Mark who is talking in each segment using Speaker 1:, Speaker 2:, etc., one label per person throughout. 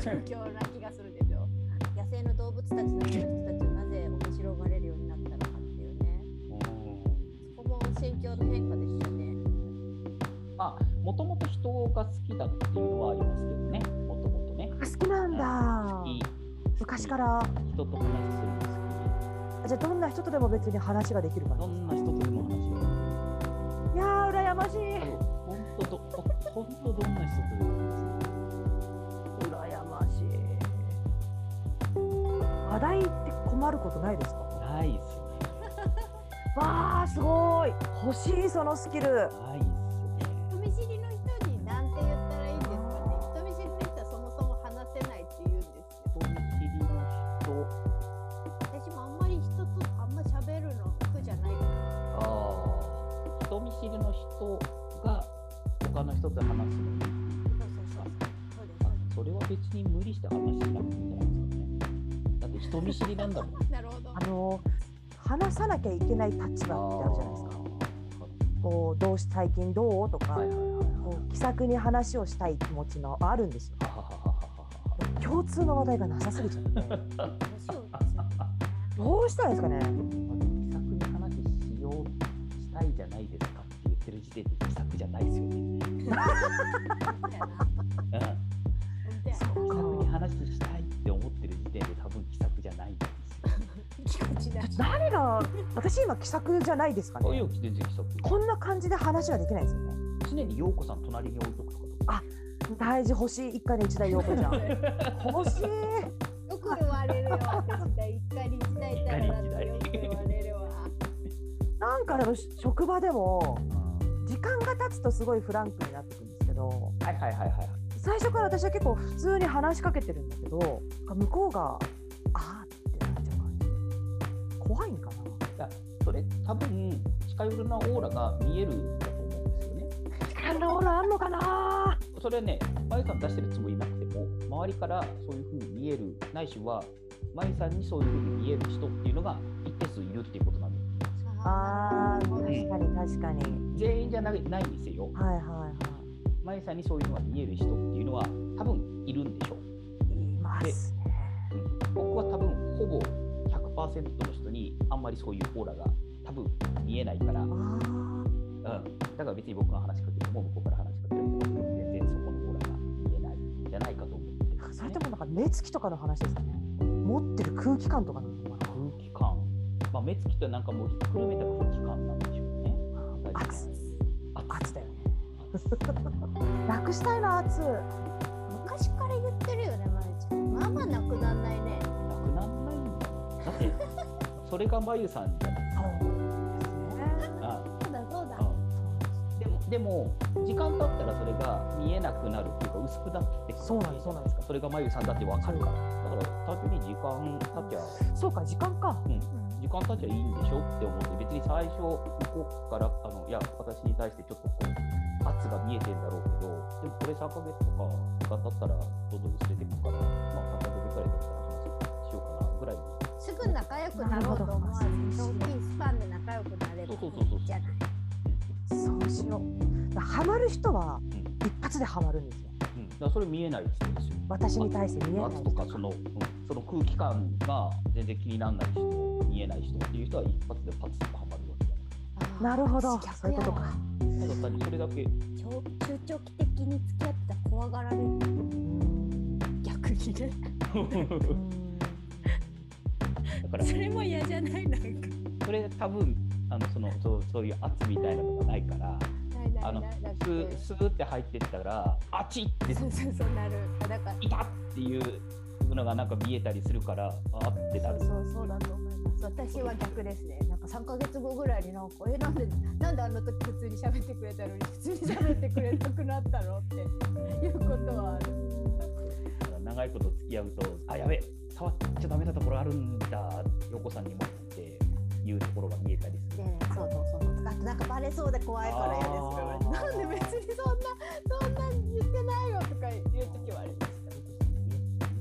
Speaker 1: 状況な気がするんですよ。野生の動物たちの生きる人たちをなぜ面白がれるようになったのかっていうね。そこも心境の変化ですよね。
Speaker 2: まあもともと人が好きだっていうのはありますけどねもともとね
Speaker 3: あ好きなんだ
Speaker 2: 好き
Speaker 3: 昔から
Speaker 2: 人と話するの好
Speaker 3: じゃあどんな人とでも別に話ができるか
Speaker 2: き
Speaker 3: ら
Speaker 2: どんな人とでも話が
Speaker 3: いやー羨ましい
Speaker 2: 本当ど本当どんな人とでも話す
Speaker 3: 羨ましい話題って困ることないですか
Speaker 2: ないですよね
Speaker 3: わあすごい欲しいそのスキル
Speaker 2: ないですよね
Speaker 1: 人見知りの人になんて言ったらいいんですかね。人見知りの人はそもそも話せないって言うんですけど、
Speaker 2: 人見知りの人
Speaker 1: 私もあんまり人とあんま喋るの苦じゃないから。
Speaker 2: あ人見知りの人が他の人と
Speaker 1: そうそ
Speaker 2: 話すの
Speaker 1: うそう。そうですそう
Speaker 2: それは別に無理して話しなくていいんじゃないですかねだって人見知りなんだもん
Speaker 1: です。なるほど。
Speaker 3: あの話さなきゃいけない立場ってあるじゃないですかこうどうし最近どうとか、
Speaker 2: はいはいはいはい
Speaker 3: こう気さくに話をしたい気持ちのあるんですよ
Speaker 2: ははははは
Speaker 3: 共通の話題がなさすぎちゃって
Speaker 1: 面白いですよね。
Speaker 3: どうしたらいいですかね
Speaker 2: まず気さくに話しようしたいじゃないですかって言ってる時点で気さくじゃないですよね。うん
Speaker 1: みたいな。みたいな。
Speaker 2: 気さくに話したいって思ってる時点で多分気さくじゃないんですよ。
Speaker 1: 気持ちない。
Speaker 3: 誰が私今気さくじゃないですか
Speaker 2: そうい
Speaker 3: ね
Speaker 2: う全然気さ
Speaker 3: こんな感じで話ができないですよね
Speaker 2: く。常に陽子さん隣に置いとくとかどう
Speaker 3: 大事欲しい一家で一台陽子ちゃん 欲しい
Speaker 1: よく言われるよ、私だ、一回に一台いたらなってよく言われるわ。
Speaker 3: なんかでも職場でも
Speaker 2: か。
Speaker 3: 時間が経つとすごいフランクになってくるんですけど
Speaker 2: はいはいはいはい。
Speaker 3: 最初から私は結構普通に話しかけてるんだけどなんか向こうが「あー」ってなっちゃう感じ怖いんかな
Speaker 2: それ多分近寄るなオーラが見えるんだと思うんですよね。
Speaker 3: 力のオーラあんのかな
Speaker 2: それはね、まゆさん出してるつもりなくても、周りからそういう風に見える、ないしは、まゆさんにそういう風に見える人っていうのが一定数いるっていうことなんで、
Speaker 3: あー
Speaker 1: なる
Speaker 3: 確かに確かに
Speaker 2: 全員じゃないないにせよ、
Speaker 3: はいはいは
Speaker 2: まゆさんにそういうのが見える人っていうのは多分いるんでしょう。
Speaker 3: いいますね
Speaker 2: うん、僕は多分ほぼ100%の人にあんまりそういうオーラが多分見えないから、う
Speaker 3: あ
Speaker 2: ん、
Speaker 3: ー
Speaker 2: だから別に僕が話しかけても向こうから話しかけても全然そこのオーラが見えないんじゃないかと思ってるんです
Speaker 3: そ
Speaker 2: ね、
Speaker 3: れともなんか目つきとかの話ですかね持ってる空気感とかなのかな
Speaker 2: 空気感、まあ、目つきってなんかもうひっくるめた空気感なんでしょうね。
Speaker 3: 圧
Speaker 2: 熱
Speaker 3: 圧だよね 楽したいな圧
Speaker 1: ほど昔から言ってるよね、まるちゃん。まあまあなくなんないね。
Speaker 2: なくなんないんだよ。だってそれがまゆさんじゃない
Speaker 3: そうですね
Speaker 2: か。
Speaker 1: そうだそうだ。
Speaker 2: でもでも時間経ったらそれが見えなくなるっていうか薄くなってくる
Speaker 3: そうなんですそうなんです
Speaker 2: それがまゆさんだってわかるからだから単純に時間経ちゃ
Speaker 3: そうか時間か
Speaker 2: 時間経ちゃいいんでしょって思って別に最初向こうからあのいや私に対してちょっとこう圧が見えてんだろうけどでもこれ3ヶ月とか時間経ったらどんどん薄れていくからまあ3ヶ月ぐらいだったら話しようかなぐらいの
Speaker 1: すぐ仲良くなろうと思わず、大きいスパンで仲良くなればいいじゃない。
Speaker 3: そうしよう。だハマる人は
Speaker 2: ん
Speaker 3: 一発でハマるんですよ。
Speaker 2: うん、だからそれ見えない人ですよ。
Speaker 3: 私に対して見えない
Speaker 2: 圧とかその、うん、その空気感が全然気にならない人、見えない人っていう人は一発でパツッとはまるわけだか
Speaker 3: なるほど
Speaker 1: 逆やわ
Speaker 3: そういうことか。
Speaker 2: ら。ただ単にそれだけ、
Speaker 1: 長中長期的に付き合ってたら怖がられる。
Speaker 3: うーん
Speaker 1: 逆にね。
Speaker 3: うーん
Speaker 2: だから
Speaker 1: それも嫌じゃないなんか。
Speaker 2: それ多分あのそのそうそういう圧みたいなのがないから、
Speaker 1: ないな
Speaker 2: あ
Speaker 1: い
Speaker 2: の
Speaker 1: ないだっ
Speaker 2: スー
Speaker 1: て。
Speaker 2: スーって入ってったら、あちって
Speaker 1: そうそうそうなる。あだから。
Speaker 2: いたっていうのがなんか見えたりするから、あってなる。
Speaker 1: そうそうだと思います。私は逆ですね。なんか三ヶ月後ぐらいになんかえなんでなんであの時普通に喋ってくれたのに普通に喋ってくれなくなったのっていうことはある。
Speaker 2: だから長いこと付き合うと、あやべ、触っちゃダメなところあるんだ、横さんにもっていうところが見えたりする。
Speaker 1: ねえそうそうそう。あとなんかバレそうで怖いから嫌
Speaker 2: あ
Speaker 1: です。なんで別にそんなそんな言ってないよとか言う時はあります
Speaker 2: 見え見えすぎるんだね。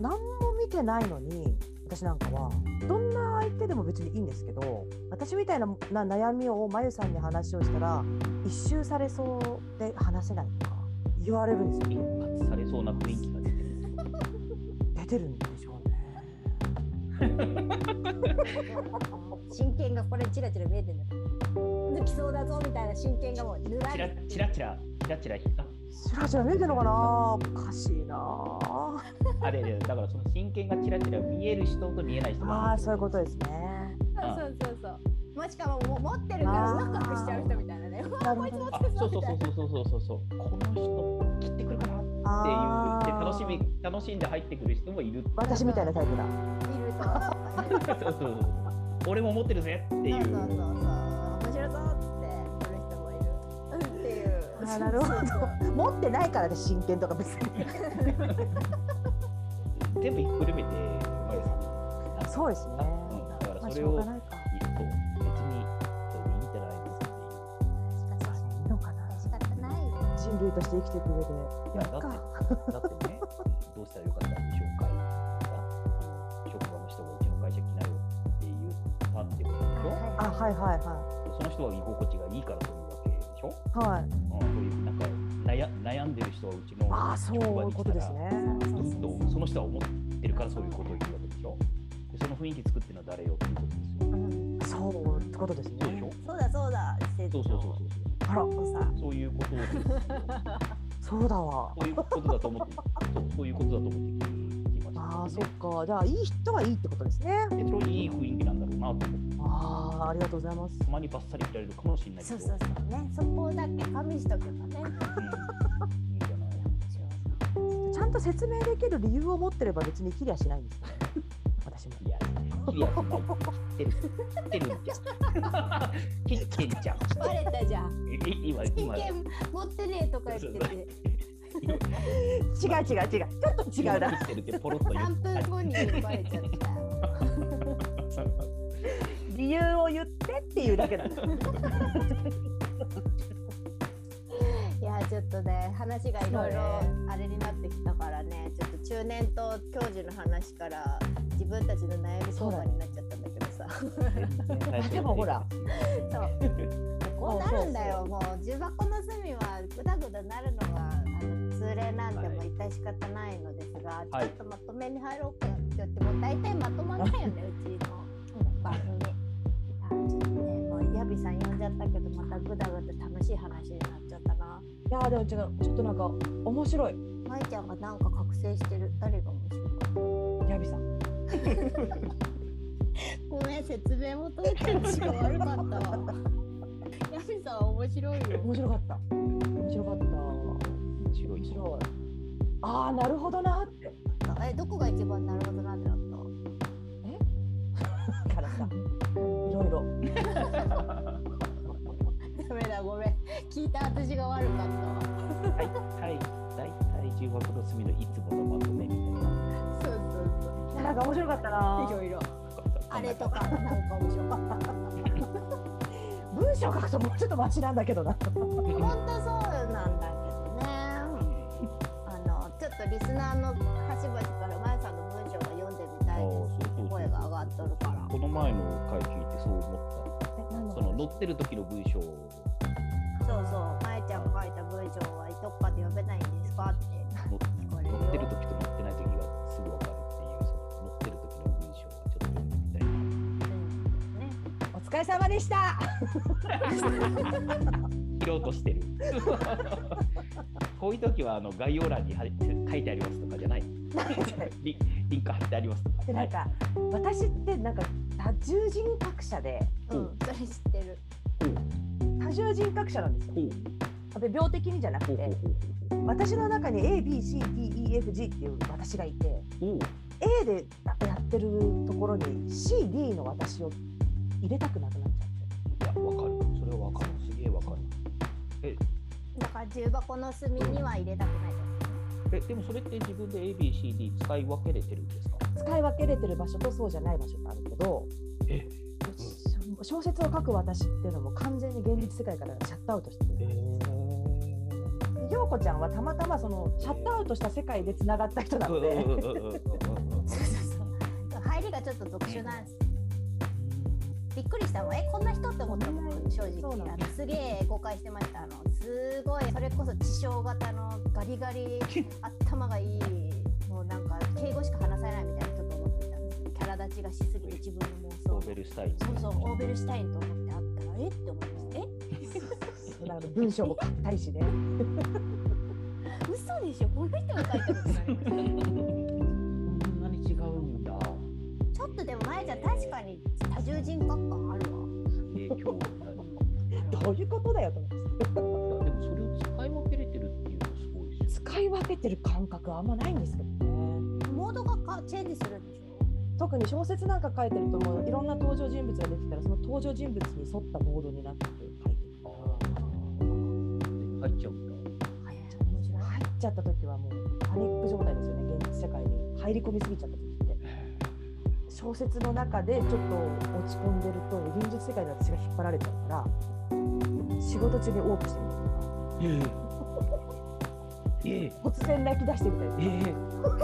Speaker 3: 何も見てないのに私なんかはどんな相手でも別にいいんですけど私みたいなな悩みをまゆさんに話をしたら一周されそうで話せないとか言われるんですよ
Speaker 2: 一発されそうな雰囲気が出てる。
Speaker 3: 出てるんでしょうね
Speaker 1: 真剣がこれチラチラ見えてるんだ抜きそうだぞみたいな真剣がもうぬらり
Speaker 2: チラチラチラチラチラ光っ
Speaker 3: ちらちら見えてるのかなおかしいな
Speaker 2: あれだよだからその真剣がチラチラ見える人と見えない人が
Speaker 3: ああーそういうことですね
Speaker 2: うん
Speaker 1: そうそうそうそうもしかももう持ってるから
Speaker 3: あー
Speaker 1: ワクワクしちゃう人みたいなねうわ
Speaker 3: なる
Speaker 1: こ
Speaker 3: ほ
Speaker 1: いつ持
Speaker 3: ど
Speaker 1: っ
Speaker 2: あ
Speaker 1: てる
Speaker 2: そ
Speaker 1: ぞみたいな
Speaker 2: うそうそうそうそうそうそうこの人切ってくるかなって
Speaker 3: あ
Speaker 2: いうで
Speaker 3: ー
Speaker 2: 楽しみ楽しんで入ってくる人もいる
Speaker 3: 私みたいなタイプだ
Speaker 1: いるとそう
Speaker 2: そうそうそう俺も持ってるぜってい
Speaker 1: そうそうそう
Speaker 2: う
Speaker 1: 面白そうって来る人もいるうんっていう
Speaker 3: あーなるほど持ってないからで真剣とか別に
Speaker 2: 全部ひっくるめてマリさん
Speaker 3: そうですね
Speaker 2: うんだから
Speaker 3: まあ
Speaker 2: そ
Speaker 3: し
Speaker 2: れ
Speaker 3: ょう
Speaker 2: を
Speaker 3: がないか
Speaker 2: 言うと別にそれでいいんじゃないですかっていう。
Speaker 3: そうですねいいのかな
Speaker 1: 仕方ないよ
Speaker 3: 人類として生きていく上で
Speaker 2: いやだってだってね、 どうしたらよかったんでしょうかいあの職場の人がうちの会社来なよって言ったってことでしょ、
Speaker 3: あはいはいは
Speaker 2: その人は居心地がいいからそういうわけでしょ、
Speaker 3: いはい
Speaker 2: うん、そういうなんか悩悩んでる人はうちの
Speaker 3: ああそう
Speaker 2: 職場
Speaker 3: いう
Speaker 2: に
Speaker 3: こ
Speaker 2: 来
Speaker 3: と
Speaker 2: た
Speaker 3: です
Speaker 2: ら
Speaker 3: ね
Speaker 2: きっとその人は思ってるからそういうことを言うわけでしょでその雰囲気作ってるのは誰よっていうことですよ
Speaker 1: うん
Speaker 3: そうってことです
Speaker 2: そうでし
Speaker 3: ね
Speaker 2: ょ
Speaker 1: そうだそうだ生
Speaker 2: そうそうそうそう
Speaker 3: あら
Speaker 1: そうさ
Speaker 2: そういうことですよ
Speaker 3: そうだわ
Speaker 2: そういうことだと思ってそうそういうことだと思って聞きました、
Speaker 3: ああそっかじゃあいい人はいいってことですね
Speaker 2: でそれいい雰囲気なんだろうなと思って。
Speaker 3: ああありがとうございます
Speaker 2: たまにバッサリ切られるかもしれないけ
Speaker 1: そ
Speaker 2: ど。
Speaker 1: うそうそうねそこだけ加味しとけばね
Speaker 2: うんいいんじゃない。
Speaker 3: ちゃんと説明できる理由を持ってれば別にキリアしないん ですよね私も
Speaker 2: いや、切りやすい。切ってる。切ってるんじゃん。切ってんじゃん。
Speaker 1: バレたじゃん
Speaker 2: い今、
Speaker 1: 意
Speaker 2: 今、
Speaker 1: 見持ってねえとか言ってて
Speaker 3: 違う違う違うちょっと違う な
Speaker 2: 切ってるってポロッと言
Speaker 1: 3
Speaker 2: った。
Speaker 1: 分後にバレちゃった
Speaker 3: 理由を言ってっていうだ けだ
Speaker 1: いやちょっとね話がいろいろ
Speaker 3: そう
Speaker 1: あれになってきたからねちょっと中年と教授の話から自分たちの悩み相談になっちゃったんだけどさ
Speaker 2: はい
Speaker 3: でもほら。
Speaker 1: そうこうなるんだ
Speaker 3: そ
Speaker 1: よもう重箱の隅はぐだぐだなるのがあの通例なんてもう致し方ないのですが、
Speaker 2: はい
Speaker 1: ちょっとまとめに入ろうかって言ってもう大体まとまんないよねうちの番組。あちょっとねもうヤビさん呼んじゃったけどまたぐだぐだ楽しい話になっちゃったな。
Speaker 3: いやーでも違うちょっとなんか面白い
Speaker 1: まいちゃんがなんか覚醒してる誰が面白いか
Speaker 3: ヤビさん
Speaker 1: ごめん説明も取れてるしが悪かったわヤミさん面白いよ
Speaker 3: 面白かった面白かった面
Speaker 2: 面白い。
Speaker 3: 白いああなるほどなって
Speaker 1: えどこが一番なるほどなってなった
Speaker 3: からさいろいろ
Speaker 1: ダメだごめん聞いた私が悪かっ
Speaker 2: はい、はい、大体重箱の隅のいつものまとめみたいな。
Speaker 1: たわそうそうそう
Speaker 3: なんか面白かったない
Speaker 1: ろいろあれとかなんか面白かっ
Speaker 3: 文章書くともうちょっとマシなんだけどな
Speaker 1: た本当そうなんだけどねあのちょっとリスナーの端々からまやさんの文章が読んでみたいです
Speaker 2: あーそうそうそう
Speaker 1: 声が上がっとるから
Speaker 2: この前の回聞いてそう思った。その乗ってる時の文章を。
Speaker 1: そうそう、まえちゃんが書いた文章はどっかで読めないんですかって
Speaker 2: 乗っ
Speaker 1: 聞こえるよ
Speaker 2: 乗ってる時と乗ってない時がすぐ分かるっていうその乗ってる時の文章はちょっと読んでみたいな。
Speaker 1: うんね。
Speaker 3: お疲れ様でした
Speaker 2: 切ろうとしてる。こういう時はあの概要欄に貼り書いてありますとかじゃない。リリンク貼ってありますとか。
Speaker 3: でなんか私ってなんか多重人格者で
Speaker 1: う
Speaker 2: うんん、
Speaker 1: それ知ってる。
Speaker 3: 多重人格者なんですよ
Speaker 2: ほう
Speaker 3: で病的にじゃな
Speaker 2: ほ
Speaker 3: く
Speaker 2: うほう
Speaker 3: て私の中に ABCDEFG っていう私がいて
Speaker 2: ほうほう。
Speaker 3: A でやってるところに CD の私を入れたくなくなっちゃっ
Speaker 2: いやわかる。それはわかる。すげえわかる。
Speaker 1: だから重箱の隅には入れたくない
Speaker 2: えでもそれって自分で A B C D 使い分けれてるんですか。
Speaker 3: て使い分けれてる場所とそうじゃない場所ってあるけど
Speaker 2: え
Speaker 3: 小説を書く私っていうのも完全に現実世界からシャットアウトしてる
Speaker 2: え
Speaker 3: で陽子ちゃんはたまたまそのシャットアウトした世界でつながった人なので、
Speaker 1: です。入りがちょっと特殊なんです。びっくりしたもんえこんな人って思ったもん正直
Speaker 3: そうなの
Speaker 1: あのすげえ誤解してましたあのすごいそれこそ地小型のガリガリ頭がいいもうなんか敬語しか話されないみたいな人と思ってたんですよキャラ立ちがしすぎて自分の妄想
Speaker 2: オ
Speaker 1: が
Speaker 2: ーベルシュタイン
Speaker 1: そうそうオーベルシュタインと思ってあったらえって思いましたえ
Speaker 3: そうなる文章も硬いしね。
Speaker 1: 嘘でしょこの人が書いたことない
Speaker 2: こんなに違うんだ
Speaker 1: ちょっとでも前じゃん確かに多重人格感あるわ
Speaker 2: 影響
Speaker 3: どういうことだよと思って。
Speaker 2: でもそれを使い分けれてるっていうのはすごいですよ
Speaker 3: 使い分けてる感覚あんまないんですけどね。
Speaker 1: モードがかチェンジするんでしょ
Speaker 3: 特に小説なんか書いてるともういろんな登場人物ができたらその登場人物に沿ったモードになって書いてる。
Speaker 2: あー入っちゃうんだ
Speaker 1: はい面白い
Speaker 3: 入っちゃった時はもうパニック状態ですよね現実世界に入り込みすぎちゃった時って。小説の中でちょっと落ち込んでると現実世界で私が引っ張られちゃうから仕事中にオープしてみるとか
Speaker 2: ええ
Speaker 3: 突然泣き出してみたり
Speaker 2: ええ
Speaker 3: とか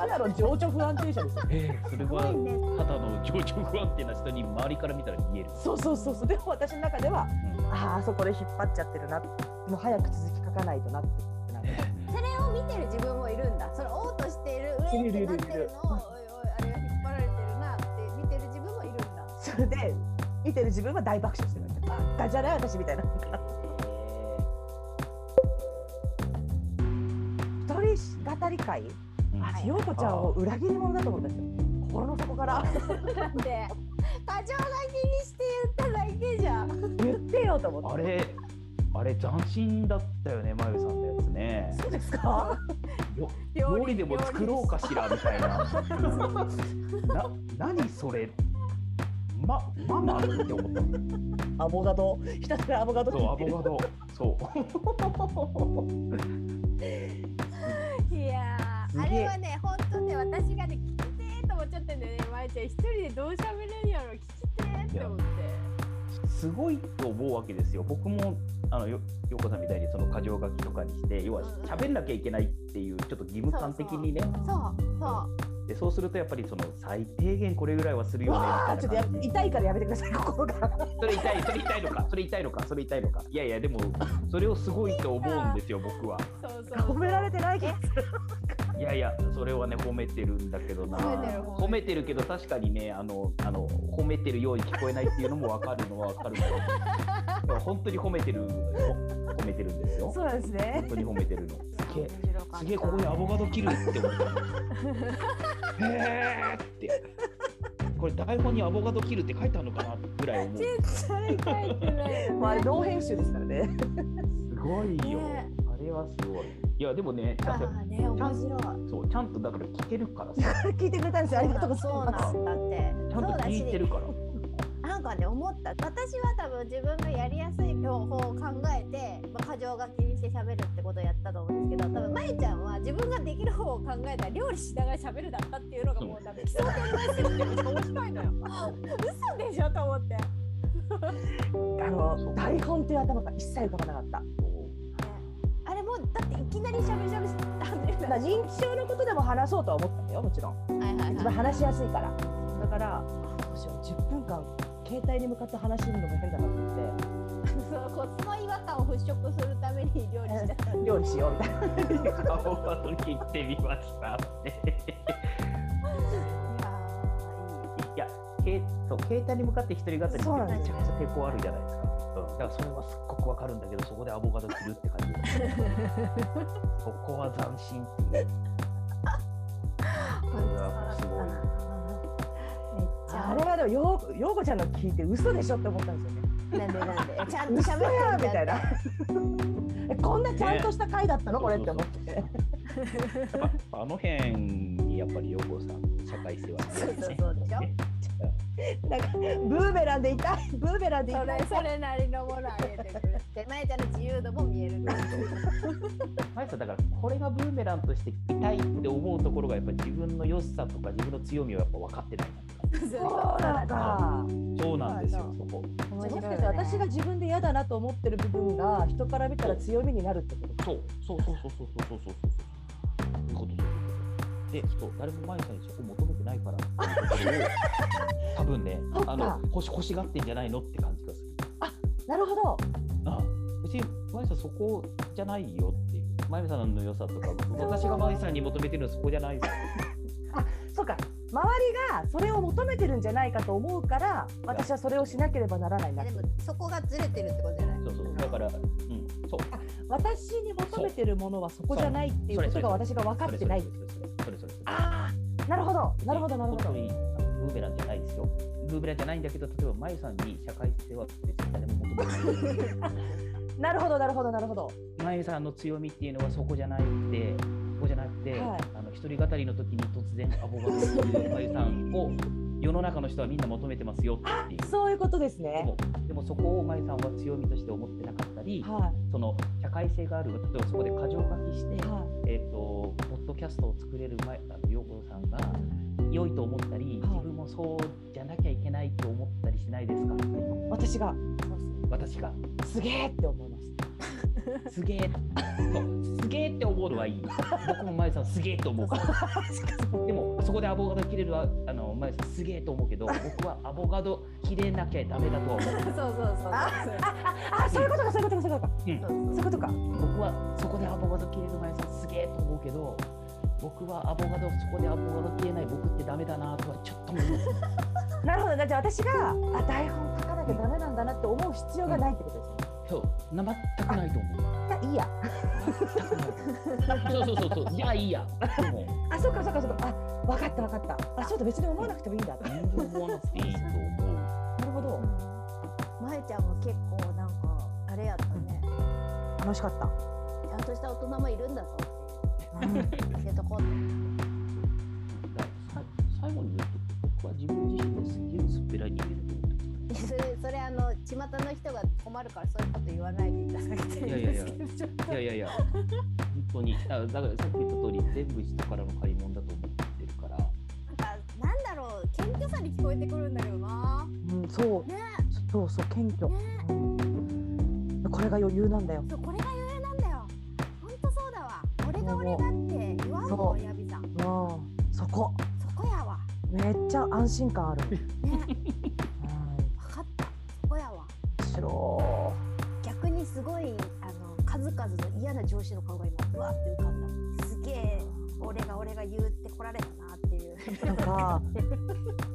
Speaker 3: ただの情緒不安定者ですよ
Speaker 2: ええそれ
Speaker 1: すごい
Speaker 2: は
Speaker 1: ね
Speaker 2: ただの情緒不安定な人に周りから見たら見える
Speaker 3: そうそうそうそうでも私の中ではあーあそこで引っ張っちゃってるなもう早く続き書かないとなってなる
Speaker 1: それを見てる自分もいるんだそれオートしているうえってなってるのをおいおいあれは引っ張られてるなって見てる自分もいるんだ
Speaker 3: それで見てる自分は大爆笑してるあガじゃない私みたいな一人語り会
Speaker 2: あ
Speaker 3: 私陽子ちゃんを裏切り者だと思ったんですよ心の底から
Speaker 1: なんで過剰書きにして言っただけじゃん
Speaker 3: 言ってよと思って
Speaker 2: あれあれ斬新だったよねまゆさんのやつね
Speaker 3: そうですか
Speaker 2: よ料理でも作ろうかしらみたいなな何それまママって思った
Speaker 3: アボガドひたすらアボガド
Speaker 2: そうア
Speaker 3: 切って
Speaker 2: ボカドそう
Speaker 1: いやー
Speaker 2: す
Speaker 1: あ
Speaker 2: げえ
Speaker 1: れはね本当ね私がね聞きてーと思っちゃってんだよねまゆちゃん一人でどうしゃべれんやろ聞きてーって思って
Speaker 2: すごいと思うわけですよ僕もあのよ陽子さんみたいにその箇条書きとかにして要は
Speaker 1: うんうん
Speaker 2: 喋んなきゃいけないっていうちょっと義務感的にね
Speaker 1: そうそう
Speaker 2: でそうするとやっぱりその最低限これぐらいはする
Speaker 3: る
Speaker 2: よねみ
Speaker 3: わあちょ
Speaker 2: た
Speaker 3: っとや
Speaker 2: いな感じ
Speaker 3: 痛いからやめてください心が
Speaker 2: それ痛いそれ痛いのかそれ痛いのかそれ痛いのかいやいやでもそれをすごいと思うんですよ僕は
Speaker 1: そうそう
Speaker 3: 褒められてないけど
Speaker 2: いやいやそれはね褒めてるんだけどな
Speaker 1: 褒めてる
Speaker 2: 褒めてるけど確かにねあのあの褒めてるように聞こえないっていうのも分かるのは分かるんだ けどでも本当に褒めてるのよ褒めてるんですよ
Speaker 3: そうなんですね
Speaker 2: 本当に褒めてるのすげえ
Speaker 1: 面白かった
Speaker 2: すげえここにアボカド切るって思ったへーってこれ台本にアボカド切るって書いてあるのかなぐらい思う
Speaker 1: 絶対書いてないよね
Speaker 3: まああれノー編集ですからね
Speaker 2: すごいよ、
Speaker 1: ね
Speaker 2: あれはすごいいやでもねちゃ
Speaker 1: あ
Speaker 2: んと
Speaker 1: あね面白い
Speaker 2: そうちゃんとだから聞けるからさ
Speaker 3: 聞いてくれたんですよありがとうござい
Speaker 1: そう
Speaker 3: ます
Speaker 1: なんだって
Speaker 2: ちゃ
Speaker 1: そう
Speaker 2: んと
Speaker 1: だ
Speaker 2: 聞いてる
Speaker 1: し
Speaker 2: から
Speaker 1: なんかね思った私は多分自分がやりやすい方法を考えて、まあ、過剰書きにして喋るってことをやったと思うんですけど多分まゆちゃんは自分ができる方を考えたら料理しながら喋るだったっていうのがもうなんか基礎点がすぎてめっちゃ面白いのよ嘘でしょと思って、ね、
Speaker 3: あ
Speaker 2: そう
Speaker 3: の台本っていう頭が一切浮かばなかった
Speaker 1: あれもうだっていきなり喋り喋りしたんだよ
Speaker 3: まあ、認知症のことでも話そうとは思ったんだよもちろん
Speaker 1: はいはい
Speaker 3: 一
Speaker 1: は
Speaker 3: 番
Speaker 1: い
Speaker 3: 話しやすいからだからあどうしよう10分間携帯に向かって話するのも変だなと思って
Speaker 1: そうこうその違和感を払拭するために料理しちゃった
Speaker 3: 料理しようみたい
Speaker 2: アボカド切ってみましたっていやけそう携帯に向かって一人語りってめち
Speaker 3: そうなん
Speaker 1: です
Speaker 2: ゃくちゃ抵抗あるじゃないですか、うん、だからそれはすっごくわかるんだけどそこでアボカド切るって感じ そこは斬新っていう
Speaker 1: 本当
Speaker 2: やすごい
Speaker 1: めっち
Speaker 3: な
Speaker 1: ゃ
Speaker 3: あれはでもようようこちゃんの聞いて嘘でしょって思ったんですよね
Speaker 1: なんでなんでちゃんと
Speaker 3: 嘘
Speaker 1: 喋
Speaker 3: や
Speaker 1: る
Speaker 3: みたいなえこんな ちゃんとした回だったの、
Speaker 2: ね
Speaker 3: これって思って
Speaker 2: やっぱあの辺にやっぱり横尾さんの社会性は
Speaker 1: そうそうそうでしょ
Speaker 3: なんかブーメランで痛いブーメランで痛
Speaker 1: そ
Speaker 3: い
Speaker 1: れそれなりのものあげてくれてまゆちゃんの自由度も見える
Speaker 2: マイさんだからこれがブーメランとして痛いって思うところがやっぱ自分の良さとか自分の強みをやっぱ分かってない
Speaker 3: そうなんだ
Speaker 2: そうなんです
Speaker 1: そ
Speaker 2: よ
Speaker 1: う
Speaker 2: そこ
Speaker 1: 面
Speaker 3: じ
Speaker 1: 白い
Speaker 3: ゃな
Speaker 1: よ
Speaker 3: く
Speaker 1: ね
Speaker 3: て私が自分で嫌だなと思ってる部分が人から見たら強みになるってこと
Speaker 2: そうそうそうそうそうそうそうそうそうそうそうそうそうそうそうそうそうそうでそう誰もマイさんにそこ求めてないんないからっていうところを多分ね
Speaker 3: そっか
Speaker 2: あの欲し欲しがってんじゃないのって感じがする。
Speaker 3: なるほど
Speaker 2: あ別にマイさんそこじゃないよっていうマイさんの良さとか僕私がマイさんに求めてるのはそこじゃないです
Speaker 3: そうか周りがそれを求めてるんじゃないかと思うから私はそれをしなければならないな
Speaker 1: でもそこがずれてるってことじゃない
Speaker 2: そうそうだからうんそう
Speaker 3: 私に求めてるものはそこじゃないっていうことが私が分かってない
Speaker 2: それそれそれそれそれそれそれ
Speaker 3: ああなるほどなるほどなるほ
Speaker 2: 本
Speaker 3: ど
Speaker 2: 当にあのブーメランじゃないですよブーメランじゃないんだけど例えばマイさんに社会性は別に誰も求めてない
Speaker 3: なるほどなるほどなるほど
Speaker 2: マユさんの強みっていうのはそこじゃなくて、そこじゃなくて、
Speaker 3: はい
Speaker 2: あの一人語りの時に突然アボガドするマユさんを世の中の人はみんな求めてますよっていう。
Speaker 3: そういうことです
Speaker 2: で
Speaker 3: ね
Speaker 2: もでもそこをマユさんは強みとして思ってなかったり、
Speaker 3: は
Speaker 2: その社会性がある、例えばそこで過剰書きし
Speaker 3: い
Speaker 2: て、
Speaker 3: は
Speaker 2: えっ、と、ポッドキャストを作れる前、あの、陽子さんが良いと思ったり、
Speaker 3: はい
Speaker 2: 自分もそうじゃなきゃいけないと思ったりしないですかっていう
Speaker 3: い私が
Speaker 2: 私が。
Speaker 3: すげえって思いました
Speaker 2: すげえ。そうすげえって思うのはいい。僕もマユさんすげえと思うから。でもそこでアボカド切れるはあのマユさんすげえと思うけど、僕はアボカド切れなきゃダメだとは思う。
Speaker 4: そうそうそう
Speaker 3: あそういうことかそういうことかそういうことか
Speaker 2: うん
Speaker 3: そういうことか
Speaker 2: 僕はそこでアボカド切れるマユさんすげえと思うけど、僕はアボカドそこでアボカド切れない僕ってダメだなとはちょっと思う。
Speaker 3: なるほどじゃあ私があ台本書かなきゃダメなんだなって思う必要がないってことですよね
Speaker 2: そう、な全くないと思う。
Speaker 3: いやいいや
Speaker 2: 全くない。そうそうそうそう。いやいいや。でも
Speaker 3: あそうかそうかそうかあ分かった分かったあそうだ別に思わなくてもいいんだな
Speaker 2: 全然思わなくていいと思う。
Speaker 3: るほど
Speaker 1: まゆちゃんも結構なんかあれやったね
Speaker 3: 楽しかった
Speaker 1: ちゃんとした大人もいるんだぞ
Speaker 3: うん
Speaker 1: っていうとこって
Speaker 2: ださ最後に言うと僕は自分自身ですげえ薄っぺらい人間だと思ってま
Speaker 1: でそれそれあの巷の人が困るからそういうこと言わないでいただきたい
Speaker 2: いやい
Speaker 1: ん
Speaker 2: やい
Speaker 1: で
Speaker 2: や
Speaker 1: すけどちょっ
Speaker 2: すいやいやいや本当にだだからさっき言った通り全部人からの借り物だと思ってるから
Speaker 1: となんかなんだろう謙虚さに聞こえてくるんだけどな
Speaker 3: うん、そう、
Speaker 1: ね
Speaker 3: そうそう謙虚、
Speaker 1: ね
Speaker 3: うんこれが余裕なんだよ
Speaker 1: そうこれが余裕なんだよほんとそうだわ俺が俺がって言わんも
Speaker 3: そ
Speaker 1: ん
Speaker 3: う
Speaker 1: やびさん
Speaker 3: うんそこ
Speaker 1: そこやわ
Speaker 3: めっちゃ安心感ある
Speaker 1: ね
Speaker 3: う
Speaker 1: 分
Speaker 3: ん
Speaker 1: かったそこやわ
Speaker 3: しろ
Speaker 1: 逆にすごいあの数々の嫌な上司の顔が今うわって浮かんだすげえ俺が俺が言うって来られたなっていう
Speaker 3: なんか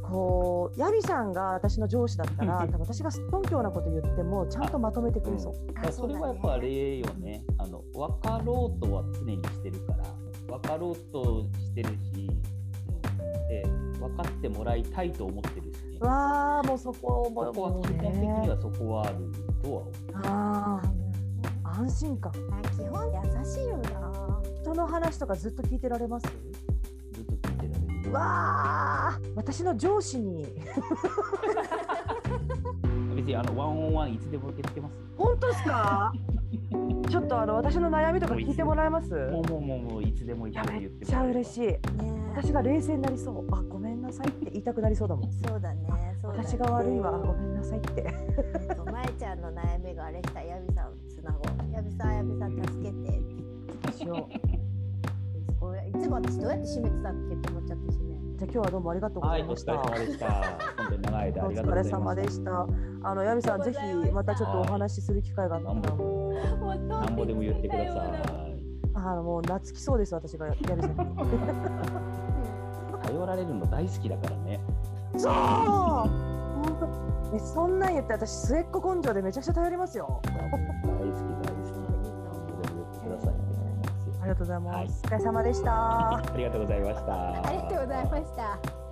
Speaker 3: こうヤビさんが私の上司だったら多分私がすっとんきょうなこと言ってもちゃんとまとめてくれそう、
Speaker 2: だからそれはやっぱあれよねあの分かろうとは常にしてるから分かろうとしてるし、うんで分かってもらいたいと思ってるし、ね、
Speaker 3: わあもうそこを
Speaker 2: ここは
Speaker 3: もう
Speaker 2: 基本的に
Speaker 3: ね
Speaker 2: はそこはあるとは思う
Speaker 3: あ
Speaker 1: あ
Speaker 3: あ安心感
Speaker 1: 基本優しいよな
Speaker 3: 人の話とかずっと聞いてられます
Speaker 2: ずっと聞いてられる
Speaker 3: うわあ私の上司に
Speaker 2: 別にあのワンオンワンいつでも受け付けます
Speaker 3: 本当ですか ちょっとあの私の悩みとか聞いてもらえます
Speaker 2: もうもうもうもういつでもいつ
Speaker 3: いや
Speaker 2: でも
Speaker 3: め
Speaker 2: 言っ
Speaker 3: ってちゃ嬉
Speaker 2: い
Speaker 3: しい
Speaker 1: ね
Speaker 3: 私が冷静になりそうあごめんなさいって言いたくなりそうだもん
Speaker 1: そうだねそうだね
Speaker 3: 私が悪いわあごめんなさいって
Speaker 1: まえちゃんの悩みがあれしたやびさんつなごうやびさんやびさん助けて
Speaker 3: しよう
Speaker 1: これいつも私どうやって締めてたっけって思っちゃったしね
Speaker 3: じゃあ今日はどうもありがとうござ
Speaker 2: はいい、お
Speaker 3: ま
Speaker 2: 疲
Speaker 3: した、
Speaker 2: れ様でした。本当に長い間あ
Speaker 3: お
Speaker 2: りがとうご
Speaker 3: 疲れ
Speaker 2: ざいま
Speaker 3: 様
Speaker 2: した
Speaker 3: で。したあのヤミさんぜひまたちょっとお話しする機会があったら
Speaker 2: なん ぼでも言ってくださ
Speaker 3: あのもう懐きそうです私がヤミさんに
Speaker 2: い。頼られるの大好きだからね。
Speaker 3: そう本当ねそんなん言って私末っ子根性でめちゃくちゃ頼りますよ
Speaker 2: 大好き、大好き。なんぼでも言ってくださいって感じですよ
Speaker 3: ありがとうございます、お疲れ様でした
Speaker 2: ありがとうございました。
Speaker 1: ありがとうございました